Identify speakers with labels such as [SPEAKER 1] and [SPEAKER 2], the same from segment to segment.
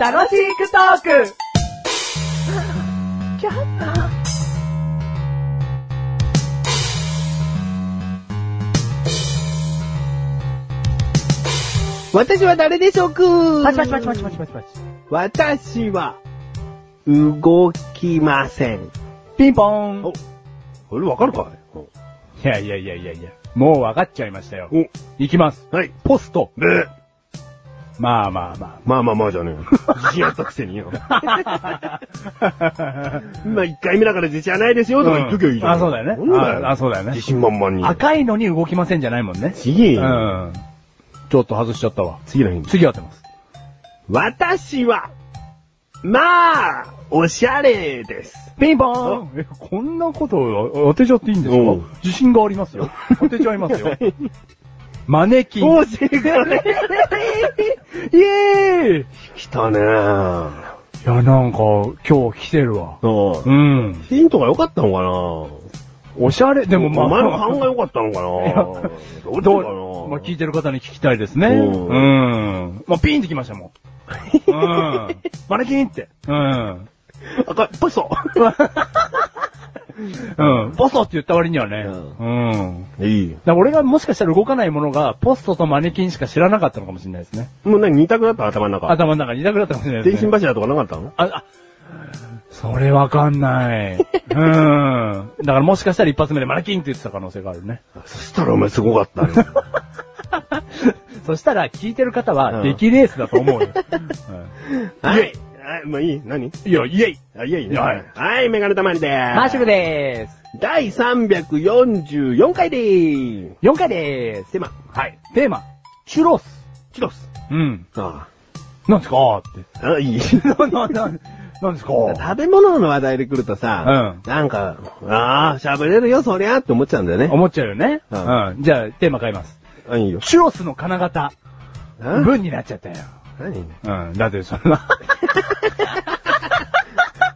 [SPEAKER 1] 楽しくトーク
[SPEAKER 2] 私は誰でしょうく
[SPEAKER 1] パチパチパチパチパチパチパチ。
[SPEAKER 2] 私は、動きません。
[SPEAKER 1] ピンポーン
[SPEAKER 2] おこれわかるかい
[SPEAKER 1] いやいやいやいやいや、もう分かっちゃいましたよ。
[SPEAKER 2] お、
[SPEAKER 1] いきます。
[SPEAKER 2] はい。
[SPEAKER 1] ポスト。
[SPEAKER 2] ブー
[SPEAKER 1] まあまあま
[SPEAKER 2] まあまあまあじゃね えよ。自信あったくせによ。まあ一回目だから自信はないですよとか言っときゃいいじゃ
[SPEAKER 1] うん
[SPEAKER 2] ん。
[SPEAKER 1] あそうだよね
[SPEAKER 2] なんだよ。
[SPEAKER 1] ああそうだよね
[SPEAKER 2] 自信満々に。
[SPEAKER 1] あ。赤いのに動きませんじゃないもんね。
[SPEAKER 2] ちげえ
[SPEAKER 1] う
[SPEAKER 2] よ。
[SPEAKER 1] ん。ちょっと外しちゃったわ。
[SPEAKER 2] 次の日に。
[SPEAKER 1] 次当てます。
[SPEAKER 2] 私は、まあ、おしゃれです。
[SPEAKER 1] ピンポーンえ、こんなことを当てちゃっていいんですか
[SPEAKER 2] うん
[SPEAKER 1] 自信があります よ。当てちゃいますよ。マネキン。
[SPEAKER 2] うしてくれ。
[SPEAKER 1] イエーイい
[SPEAKER 2] 来たねー
[SPEAKER 1] や、なんか、今日来てるわ。
[SPEAKER 2] う。
[SPEAKER 1] うんん。
[SPEAKER 2] ヒントが良かったのかな
[SPEAKER 1] おしゃれ、でもまあ、
[SPEAKER 2] お前の勘が良かったのかなどうだ
[SPEAKER 1] どう
[SPEAKER 2] ろうかな
[SPEAKER 1] まあ、聞いてる方に聞きたいですね。う
[SPEAKER 2] うん
[SPEAKER 1] ん。まあ、ピンってきましたもん。 うん。マネキンって。うん。
[SPEAKER 2] 赤い、ポスト
[SPEAKER 1] うん。ポストって言った割にはね。
[SPEAKER 2] う
[SPEAKER 1] うん。
[SPEAKER 2] いい。
[SPEAKER 1] だから俺がもしかしたら動かないものが、ポストとマネキンしか知らなかったのかもしれないですね。
[SPEAKER 2] もう何、二択だった頭の中。
[SPEAKER 1] 頭の中に痛くなったかもしれない
[SPEAKER 2] 電
[SPEAKER 1] です
[SPEAKER 2] 信
[SPEAKER 1] ね。
[SPEAKER 2] 柱とかなかったの
[SPEAKER 1] あ、あ、それわかん ない。うん。だからもしかしたら一発目でマネキンって言ってた可能性があるね。
[SPEAKER 2] そしたらお前すごかったよ。
[SPEAKER 1] そしたら聞いてる方
[SPEAKER 2] う
[SPEAKER 1] は、
[SPEAKER 2] ん
[SPEAKER 1] 出来レースだと思う よ。うん
[SPEAKER 2] はい。はい、まあいい何
[SPEAKER 1] いや、イェイ
[SPEAKER 2] あ、いやい
[SPEAKER 1] いや
[SPEAKER 2] や。
[SPEAKER 1] はい
[SPEAKER 2] はい、メガネたまりでーす。
[SPEAKER 1] マッシュルでーす
[SPEAKER 2] 第344回でーす。
[SPEAKER 1] !4 回でーす
[SPEAKER 2] テーマ、
[SPEAKER 1] はい。テーマ、チュロス。
[SPEAKER 2] チュロス。
[SPEAKER 1] うん。
[SPEAKER 2] あ
[SPEAKER 1] なんですかって。
[SPEAKER 2] あ、あ いい。
[SPEAKER 1] な、な、な、なんですか
[SPEAKER 2] 食べ物の話題で来るとさ、なんか、ああ、喋れるよ、そりゃって思っちゃうんだよね。
[SPEAKER 1] 思っちゃうよね。
[SPEAKER 2] う
[SPEAKER 1] うんん。じゃあ、テーマ変えます。
[SPEAKER 2] あ、いいよ。
[SPEAKER 1] チュロスの金型、
[SPEAKER 2] あ
[SPEAKER 1] 文になっちゃったよ。
[SPEAKER 2] 何
[SPEAKER 1] うん。だって、そんな。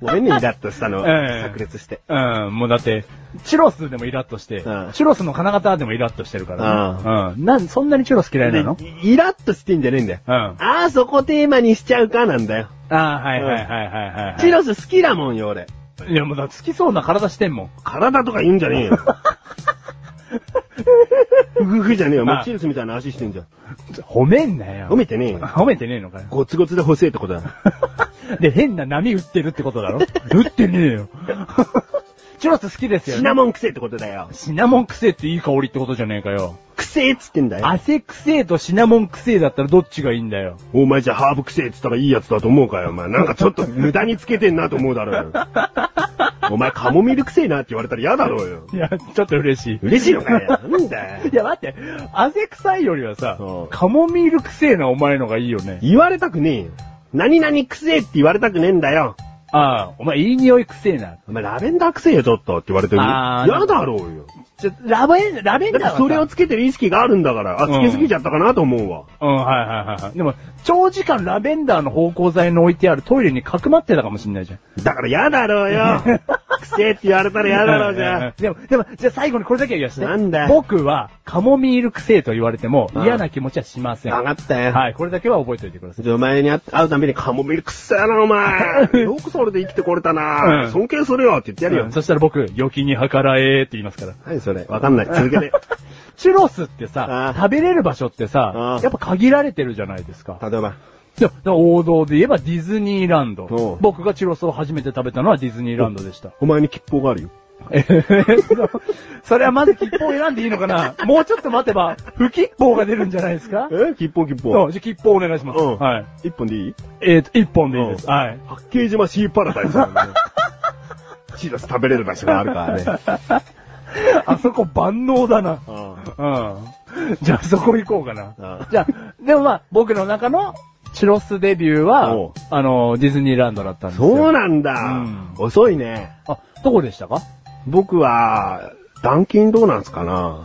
[SPEAKER 2] 俺にイラッとしたの、
[SPEAKER 1] ええ
[SPEAKER 2] 炸裂して。
[SPEAKER 1] うん、もうだって、チュロスでもイラッとして、
[SPEAKER 2] うん
[SPEAKER 1] チュロスの金型でもイラッとしてるからね。うん。なん、そんなにチュロス嫌いなの
[SPEAKER 2] でイラッとしてんじゃねえんだよ。
[SPEAKER 1] うん。あ
[SPEAKER 2] ああ、そこテーマにしちゃうかなんだよ。
[SPEAKER 1] あー、はいはいはいはいはい、はい。
[SPEAKER 2] チュロス好きだもんよ、俺。
[SPEAKER 1] いや、もうだ、つきそうな体してんもん。
[SPEAKER 2] 体とか言うんじゃねえ よ。ふふふじゃねえよ。も
[SPEAKER 1] ま
[SPEAKER 2] う
[SPEAKER 1] あ
[SPEAKER 2] チュロスみたいな足してんじゃん。
[SPEAKER 1] 褒めんなよ。
[SPEAKER 2] 褒めてねえよ。
[SPEAKER 1] 褒めてねえのかよ。
[SPEAKER 2] ごつごつで欲しいってことだ。
[SPEAKER 1] で、変な波打ってるってことだろ打ってねえ よ。チュロス好きですよ、ね。
[SPEAKER 2] シナモンくせえってことだよ。
[SPEAKER 1] シナモン癖っていい香りってことじゃねえかよ。
[SPEAKER 2] くせえっつってんだよ。
[SPEAKER 1] 汗癖とシナモン癖だったらどっちがいいんだよ。
[SPEAKER 2] お前じゃハーブくせえっつったらいいやつだと思うかよ、お前。なんかちょっと無駄につけてんなと思うだ ろうよ。お前カモミルくせえなって言われたら嫌だろうよ。
[SPEAKER 1] いや、ちょっと嬉しい。
[SPEAKER 2] 嬉しいのかよ。なんだよ
[SPEAKER 1] い。や、待って、汗臭いよりはさ
[SPEAKER 2] そう、
[SPEAKER 1] カモミール臭いなお前のがいいよね。
[SPEAKER 2] 言われたくねえよ。何々くせえって言われたくねえんだよ。
[SPEAKER 1] ああ、お前いい匂い臭いな。
[SPEAKER 2] お前ラベンダーくせえよ、ちょっとって言われてる。
[SPEAKER 1] あー
[SPEAKER 2] 嫌だろうよ。
[SPEAKER 1] ちょ、ラベン、ラベンダーは
[SPEAKER 2] だって
[SPEAKER 1] さ
[SPEAKER 2] それをつけてる意識があるんだから、あ、
[SPEAKER 1] うん
[SPEAKER 2] つけすぎちゃったかなと思うわ。
[SPEAKER 1] うん、はいはいはいはい。でも、長時間ラベンダーの芳香剤の置いてあるトイレにかくまってたかもしんないじゃん。
[SPEAKER 2] だから嫌だろう よ。くせえって言われたら嫌だろうじ
[SPEAKER 1] うんうんう
[SPEAKER 2] ゃ
[SPEAKER 1] ん。でも、でも、じゃあ最後にこれだけは言わせて。
[SPEAKER 2] なんだよ
[SPEAKER 1] 僕は、カモミール臭いと言われても、
[SPEAKER 2] うん
[SPEAKER 1] 嫌な気持ちはしません。
[SPEAKER 2] ん。分かったよ。
[SPEAKER 1] はい、これだけは覚えておいてください。
[SPEAKER 2] じゃあお前に会うたびにカモミルくせえな、お前。 よくそれで生きてこれた
[SPEAKER 1] う
[SPEAKER 2] な。
[SPEAKER 1] ん
[SPEAKER 2] 尊敬するよって言ってやるよ。
[SPEAKER 1] うんそしたら僕、預金に計らえーって言いますから。
[SPEAKER 2] 何それわかんない。続 けて。
[SPEAKER 1] チュロスって
[SPEAKER 2] あ
[SPEAKER 1] さ
[SPEAKER 2] あ、
[SPEAKER 1] 食べれる場所って
[SPEAKER 2] あ
[SPEAKER 1] さ
[SPEAKER 2] あ、
[SPEAKER 1] やっぱ限られてるじゃないですか。
[SPEAKER 2] 例えば。
[SPEAKER 1] いやだから王道で言えばディズニーラン
[SPEAKER 2] お
[SPEAKER 1] ド
[SPEAKER 2] う。
[SPEAKER 1] 僕がチュロスを初めて食べたのはディズニーランドでした。
[SPEAKER 2] お前に吉報があるよ。
[SPEAKER 1] えー それはまず切符を選んでいいのか なもうちょっと待てば、不吉報が出るんじゃないですか
[SPEAKER 2] え吉報吉
[SPEAKER 1] そ
[SPEAKER 2] 報。
[SPEAKER 1] う、じゃあ切符をお願いします。
[SPEAKER 2] うん
[SPEAKER 1] はい。
[SPEAKER 2] 一本でいい
[SPEAKER 1] えっと、一本でいいです。はい。
[SPEAKER 2] 八景島シーパラダイスだよね。シーラス 食べれる場所がある からね。
[SPEAKER 1] あそこ万能だな。
[SPEAKER 2] あ
[SPEAKER 1] うん。じゃあそこ行こうかな。
[SPEAKER 2] あ
[SPEAKER 1] じゃあ、でもまあ、僕の中のチュロスデビューは
[SPEAKER 2] おう、
[SPEAKER 1] あの、ディズニーランドだったんですよ。
[SPEAKER 2] そうなんだ、
[SPEAKER 1] うん
[SPEAKER 2] 遅いね。
[SPEAKER 1] あ、どこでしたか
[SPEAKER 2] 僕は、ダンキンドーナツかな。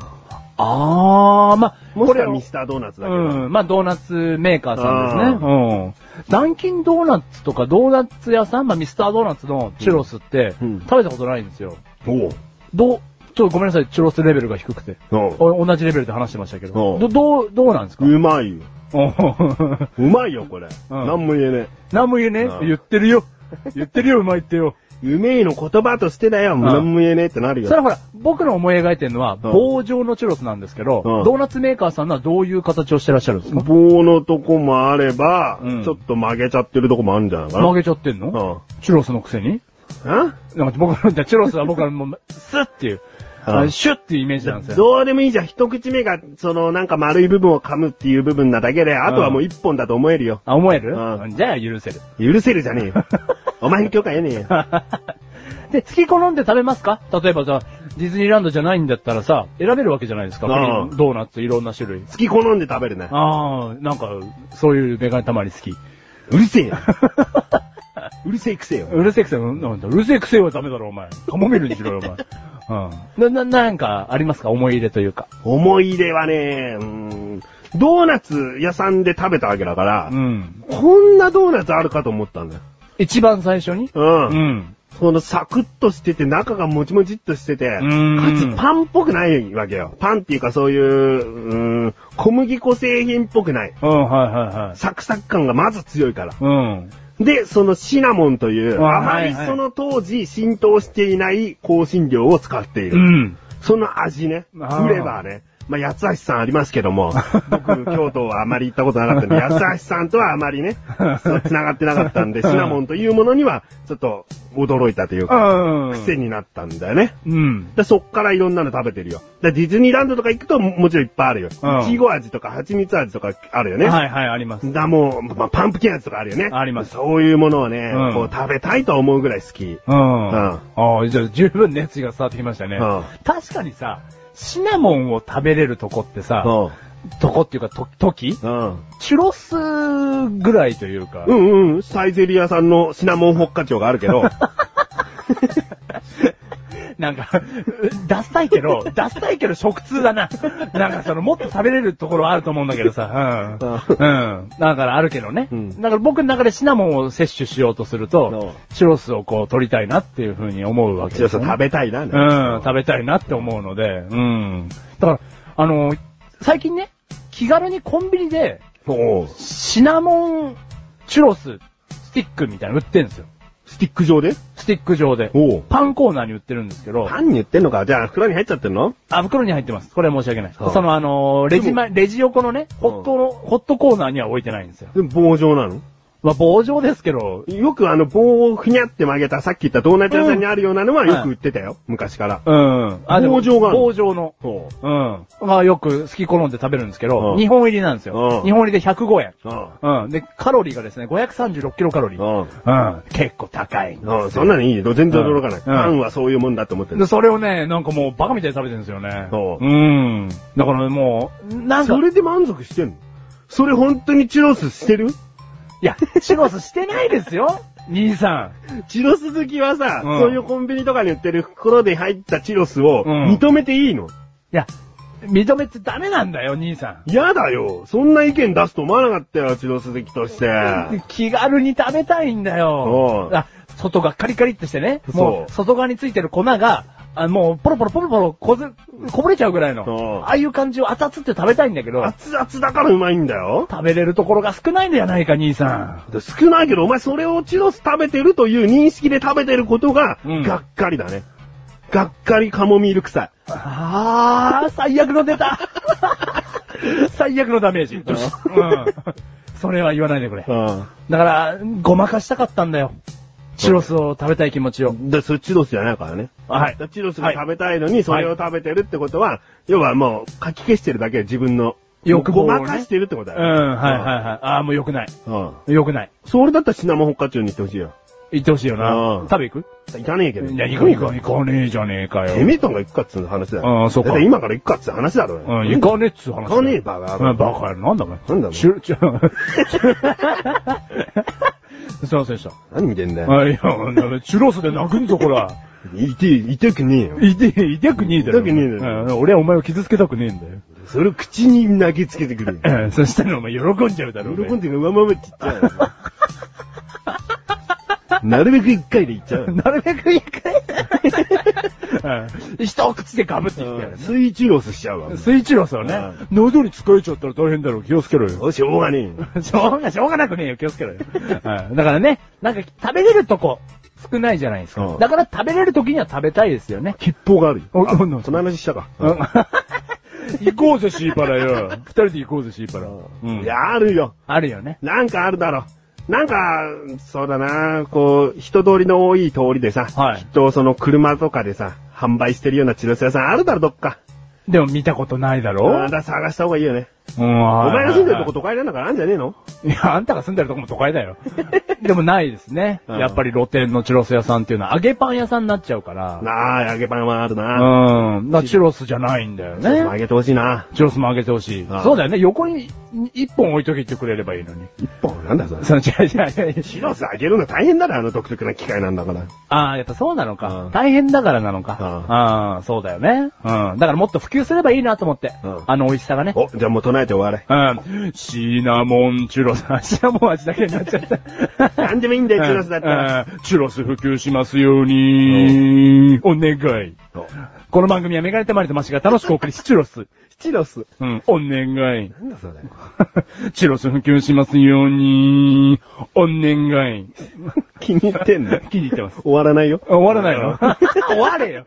[SPEAKER 1] あー、まあ、
[SPEAKER 2] もしくは
[SPEAKER 1] を
[SPEAKER 2] ミスタードーナツだけど。
[SPEAKER 1] うん、まあドーナツメーカーさんですね。うん。ダンキンドーナツとかドーナツ屋さん、まあミスタードーナツのチュロスって、
[SPEAKER 2] うんうん
[SPEAKER 1] 食べたことないんですよ。
[SPEAKER 2] おう
[SPEAKER 1] どう、ちょっとごめんなさい、チュロスレベルが低くて。
[SPEAKER 2] おう
[SPEAKER 1] お同じレベルで話してましたけど。
[SPEAKER 2] うん
[SPEAKER 1] ど、どう、どうなんですか
[SPEAKER 2] うまいよ。
[SPEAKER 1] おう
[SPEAKER 2] うまいよ、これ。
[SPEAKER 1] うん
[SPEAKER 2] なんも言えね
[SPEAKER 1] 何も言えね
[SPEAKER 2] う
[SPEAKER 1] え。
[SPEAKER 2] ん
[SPEAKER 1] 言ってるよ。言ってる よ、うまいってよ。
[SPEAKER 2] え。うめえの言葉としてだよ、
[SPEAKER 1] ん
[SPEAKER 2] なんも言えねえってなる
[SPEAKER 1] それは
[SPEAKER 2] よ。
[SPEAKER 1] ほら、僕の思い描いてるのは、棒状のチュロスなんですけど、
[SPEAKER 2] うん
[SPEAKER 1] ドーナツメーカーさんのはどういう形をしてらっしゃるんですか
[SPEAKER 2] 棒のとこもあれば、
[SPEAKER 1] うん
[SPEAKER 2] ちょっと曲げちゃってるとこもあるんじゃないかな。
[SPEAKER 1] 曲げちゃってんのチュロスのくせに
[SPEAKER 2] うん。
[SPEAKER 1] なんか僕の、じゃあチュロスは僕はもう、スッっていう、
[SPEAKER 2] うん
[SPEAKER 1] あのシュッっていうイメージなんですよ。
[SPEAKER 2] どうでもいいじゃん。一口目が、その、なんか丸い部分を噛むっていう部分なだけで、あとはもう一本だと思えるよ。
[SPEAKER 1] あ、思える、
[SPEAKER 2] う
[SPEAKER 1] じゃあ許せる。
[SPEAKER 2] 許せるじゃねえよ。お前に許可やねえよ。
[SPEAKER 1] で、好き好んで食べますか例えばさ、ディズニーランドじゃないんだったらさ、選べるわけじゃないですか。
[SPEAKER 2] うん
[SPEAKER 1] ドーナツいろんな種類。
[SPEAKER 2] 好き好んで食べるね。
[SPEAKER 1] ああ、なんか、そういうメガネたまり好き。
[SPEAKER 2] うるせえよ。うるせえくせえよ。
[SPEAKER 1] うるせえくせえ、なんだうるせえくせえはダメだろ、お前。カモミールにしろよ、お前。うん。な、な、なんかありますか思い入れというか。
[SPEAKER 2] 思い入れはね、うーん、ドーナツ屋さんで食べたわけだから、
[SPEAKER 1] うん。
[SPEAKER 2] こんなドーナツあるかと思ったんだよ。
[SPEAKER 1] 一番最初に
[SPEAKER 2] うん。
[SPEAKER 1] うん。
[SPEAKER 2] そのサクッとしてて、中がもちもちっとしてて、か
[SPEAKER 1] ん
[SPEAKER 2] つパンっぽくないわけよ。パンっていうかそういう、うーん、小麦粉製品っぽくない。
[SPEAKER 1] うん、はいはいはい。
[SPEAKER 2] サクサク感がまず強いから。
[SPEAKER 1] うん。
[SPEAKER 2] で、そのシナモンという、
[SPEAKER 1] あ
[SPEAKER 2] あま
[SPEAKER 1] はい
[SPEAKER 2] り
[SPEAKER 1] はい
[SPEAKER 2] その当時浸透していない香辛料を使っている。
[SPEAKER 1] ん。
[SPEAKER 2] その味ね。フ
[SPEAKER 1] あー
[SPEAKER 2] レーバーね。まあ、八つ橋さんありますけ ども、僕、京都はあまり行ったことなかったんで、八つ橋さんとはあま りね、そう繋がってなかったんで、シナモンというものには、ちょっと驚いたというか、
[SPEAKER 1] うん。
[SPEAKER 2] 癖になったんだよね。
[SPEAKER 1] うん。
[SPEAKER 2] で、そっからいろんなの食べてるよ。で、ディズニーランドとか行くとも、もちろんいっぱいあるよ。
[SPEAKER 1] うん
[SPEAKER 2] いちご味とか蜂蜜味とかあるよね。
[SPEAKER 1] はいはい、あります。
[SPEAKER 2] だ、もう、まあ、パンプキン味とかあるよね。
[SPEAKER 1] あります
[SPEAKER 2] そういうものをね、
[SPEAKER 1] うん
[SPEAKER 2] こう食べたいと思うぐらい好き。
[SPEAKER 1] うん。
[SPEAKER 2] うん
[SPEAKER 1] ああ、じゃあ十分熱意が伝わってきましたね。
[SPEAKER 2] うん
[SPEAKER 1] 確かにさ、シナモンを食べれるとこってさ、
[SPEAKER 2] うん。
[SPEAKER 1] とこっていうか、と、時
[SPEAKER 2] うん。
[SPEAKER 1] チュロスぐらいというか、
[SPEAKER 2] うんうん、サイゼリアさんのシナモンホッカチョウがある けど、
[SPEAKER 1] なんか、ダサいけど、ダサいけど食通だな。なんかその、もっと食べれるところはあると思うんだけどさ、うん。うん。だからあるけどね。
[SPEAKER 2] うん
[SPEAKER 1] だから僕の中でシナモンを摂取しようとすると、チュロスをこう取りたいなっていうふうに思うわけ
[SPEAKER 2] ちょ
[SPEAKER 1] で
[SPEAKER 2] っ
[SPEAKER 1] す
[SPEAKER 2] と
[SPEAKER 1] よね、
[SPEAKER 2] 食べたいな、ね。
[SPEAKER 1] うん、食べたいなって思うので、うん。だから、あの、最近ね、気軽にコンビニで、
[SPEAKER 2] おう
[SPEAKER 1] シナモンチュロススティックみたいなの売ってるんですよ。
[SPEAKER 2] スティック状で
[SPEAKER 1] スティック状で。
[SPEAKER 2] おう
[SPEAKER 1] パンコーナーに売ってるんですけど、
[SPEAKER 2] パンに言ってんのかじゃあ袋に入っちゃってんの
[SPEAKER 1] あ、袋に入ってます。これは申し訳ない。
[SPEAKER 2] ああ
[SPEAKER 1] そのあのーレジま、レジ横のね、ホットの、ホットコーナーには置いてないんですよ。
[SPEAKER 2] でも棒状なの
[SPEAKER 1] まあ、棒状ですけど、
[SPEAKER 2] よくあの棒をふにゃって曲げたさっき言ったドーナツ屋さんにあるようなのは
[SPEAKER 1] うん
[SPEAKER 2] よく売ってたよ。昔から。
[SPEAKER 1] うん。あでも
[SPEAKER 2] 棒状があるの
[SPEAKER 1] 棒状の。
[SPEAKER 2] ほ
[SPEAKER 1] うん。まあよく好き好んで食べるんですけ
[SPEAKER 2] う
[SPEAKER 1] ど、
[SPEAKER 2] ん
[SPEAKER 1] 日本入りなんですよ
[SPEAKER 2] う。ん
[SPEAKER 1] 日本入りで105円。
[SPEAKER 2] う。あ
[SPEAKER 1] うん。で、カロリーがですね、536キロカロリー。
[SPEAKER 2] あ。
[SPEAKER 1] うん。結構高いんですよ
[SPEAKER 2] ああ、そんなのいいよ。全然驚かない。
[SPEAKER 1] うん
[SPEAKER 2] パンはそういうもんだと思ってる
[SPEAKER 1] で、。それをね、なんかもうバカみたいに食べてるんですよね。
[SPEAKER 2] そう
[SPEAKER 1] うん。だからもう、なんか、
[SPEAKER 2] そ
[SPEAKER 1] い
[SPEAKER 2] れで満足してんのそれ本当にチュロスしてる
[SPEAKER 1] や、チュロスしてないですよ兄さ
[SPEAKER 2] チュロス好きはさ、
[SPEAKER 1] うん
[SPEAKER 2] そういうコンビニとかに売ってる袋で入ったチュロスを
[SPEAKER 1] うん
[SPEAKER 2] 認めていいの
[SPEAKER 1] ん。いや、認めてダメなんだよ、兄さ
[SPEAKER 2] やだよ。そんな意見出すと思わなかったよ、チュロス好きとして。
[SPEAKER 1] ん。気軽に食べたいんだよ
[SPEAKER 2] お。う
[SPEAKER 1] あ、外がカリカリってしてね。もう、
[SPEAKER 2] そう
[SPEAKER 1] 外側についてる粉が、あもう、ポロポロポロポロこず、こぼれちゃうぐらい
[SPEAKER 2] おう
[SPEAKER 1] の。ああいう感じを熱々って食べたいんだけど、
[SPEAKER 2] 熱々だからうまいんだよ。
[SPEAKER 1] 食べれるところが少ないんじゃないか、兄さ
[SPEAKER 2] 少ないけど、お前それをチュロス食べてるという認識で食べてることが、
[SPEAKER 1] うん
[SPEAKER 2] がっかりだね。がっかりカモミール臭い。
[SPEAKER 1] ん。あー、最悪の出 た。最悪のダメージ。うん。それは言わないでくれ。だから、ごまかしたかったんだよ。チュロスを食べたい気持ちを。
[SPEAKER 2] で、それチュロスじゃないからね。
[SPEAKER 1] はい
[SPEAKER 2] だからチュロスが食べたいのに、それを食べてるってことは、要はもう、かき消してるだけ、自分の。
[SPEAKER 1] 欲望を
[SPEAKER 2] ご
[SPEAKER 1] ね
[SPEAKER 2] まかしてるってこと
[SPEAKER 1] う
[SPEAKER 2] だ
[SPEAKER 1] ん、
[SPEAKER 2] よ。
[SPEAKER 1] はいはいはい。あー、もう良くない。
[SPEAKER 2] うん。
[SPEAKER 1] 良くない。
[SPEAKER 2] それだったらシナモンホッカチュウに行ってほしいよ。
[SPEAKER 1] 行ってほしいよ
[SPEAKER 2] う。
[SPEAKER 1] なん食べ行く
[SPEAKER 2] 行かねえけど。
[SPEAKER 1] いや、行く行く。行かねえじゃねえか
[SPEAKER 2] て
[SPEAKER 1] よ。
[SPEAKER 2] めえとんが行くかっつう話だよ。
[SPEAKER 1] ああそうか
[SPEAKER 2] だって今から行くかっつう話だろ。
[SPEAKER 1] うん、行かねえっつう話だよ。
[SPEAKER 2] 行かねえバカ
[SPEAKER 1] うんバカやろ。なんだお前。
[SPEAKER 2] なんだお前
[SPEAKER 1] チュ チュすいませんでした。
[SPEAKER 2] 何見てんだよ。
[SPEAKER 1] あ、いや、チュロスで泣くんぞ、こら。
[SPEAKER 2] いて、いてくねえよ。
[SPEAKER 1] いて、いてくねえだろ。
[SPEAKER 2] いてくねえだろ
[SPEAKER 1] うん俺はお前を傷つけたくねえんだよ。
[SPEAKER 2] それを口に投げつけてくるよ。
[SPEAKER 1] うんそしたらお前喜んじゃうだろ。お前
[SPEAKER 2] 喜んでる上豆って言 っちゃうよ。なるべく一回で行っちゃうよ。
[SPEAKER 1] なるべく一回。 一口でガブって言ってや
[SPEAKER 2] うん
[SPEAKER 1] る。
[SPEAKER 2] 水中ロスしちゃうわ。
[SPEAKER 1] 水中ロスをね、喉に疲れちゃったら大変だろう、気をつけろよ。
[SPEAKER 2] おしょうがね
[SPEAKER 1] しょうが、しょうがなくねえよ、気をつ けろよ。はいだからね、なんか食べれるとこ少ないじゃないです
[SPEAKER 2] う
[SPEAKER 1] か。
[SPEAKER 2] ん
[SPEAKER 1] だから食べれる時には食べたいですよね
[SPEAKER 2] え。。吉報があるよ。
[SPEAKER 1] お
[SPEAKER 2] あ
[SPEAKER 1] どんどん
[SPEAKER 2] その話したか。
[SPEAKER 1] うん 行こうぜ、シーパラよ。二人で行こうぜ、シーパラ。
[SPEAKER 2] うん
[SPEAKER 1] うん
[SPEAKER 2] いや、あるよ。
[SPEAKER 1] あるよね。
[SPEAKER 2] なんかあるだろ。なんか、そうだな、こう、人通りの多い通りでさ、
[SPEAKER 1] はい
[SPEAKER 2] きっとその車とかでさ、販売してるようなチュロス屋さんあるだろ、どっか。
[SPEAKER 1] でも見たことないだろ
[SPEAKER 2] うんだから探した方がいいよね。
[SPEAKER 1] うん、
[SPEAKER 2] お
[SPEAKER 1] お
[SPEAKER 2] 前が住んでるとこ都会なんだからあんじゃねえの
[SPEAKER 1] いや、あんたが住んでるとこも都会だ よ。でもないですね。
[SPEAKER 2] うん
[SPEAKER 1] やっぱり露店のチュロス屋さんっていうのは揚げパン屋さんになっちゃうから。
[SPEAKER 2] なあ、揚げパンはあるな。
[SPEAKER 1] うん。だからチュロスじゃないんだよ
[SPEAKER 2] ちょっと揚
[SPEAKER 1] ね。
[SPEAKER 2] げてほしいな。
[SPEAKER 1] チュロスも揚げてほしい。
[SPEAKER 2] うん
[SPEAKER 1] そうだよね。横に一本置いときってくれればいいのに。
[SPEAKER 2] 一本なんだそれ。
[SPEAKER 1] その、違う違う違う。
[SPEAKER 2] チュロス揚げるの大変だろ、あの独特な機械なんだから。
[SPEAKER 1] ああ、やっぱそうなのか。
[SPEAKER 2] うん
[SPEAKER 1] 大変だからなのか。
[SPEAKER 2] うん
[SPEAKER 1] ああ、そうだよね。うん。だからもっと普及すればいいなと思って。
[SPEAKER 2] うん
[SPEAKER 1] あの美味しさがね。
[SPEAKER 2] お、じゃあもう唱えて終われ。
[SPEAKER 1] うん。シナモンチュロス。あシナモン味だけに なっちゃった。
[SPEAKER 2] なんでもいいんだよ、チュロスだったら。
[SPEAKER 1] うんチュロス普及しますように、お願い。
[SPEAKER 2] そう
[SPEAKER 1] この番組はメガネたまりとマシが楽しくお送りし、チュロス。
[SPEAKER 2] チュロス。
[SPEAKER 1] うん、お願い。
[SPEAKER 2] なんだそれ。
[SPEAKER 1] チュロス普及しますように、お願い。
[SPEAKER 2] 気に入ってんの
[SPEAKER 1] 気に入ってます。
[SPEAKER 2] 終わらないよ。
[SPEAKER 1] 終わらないの終われよ。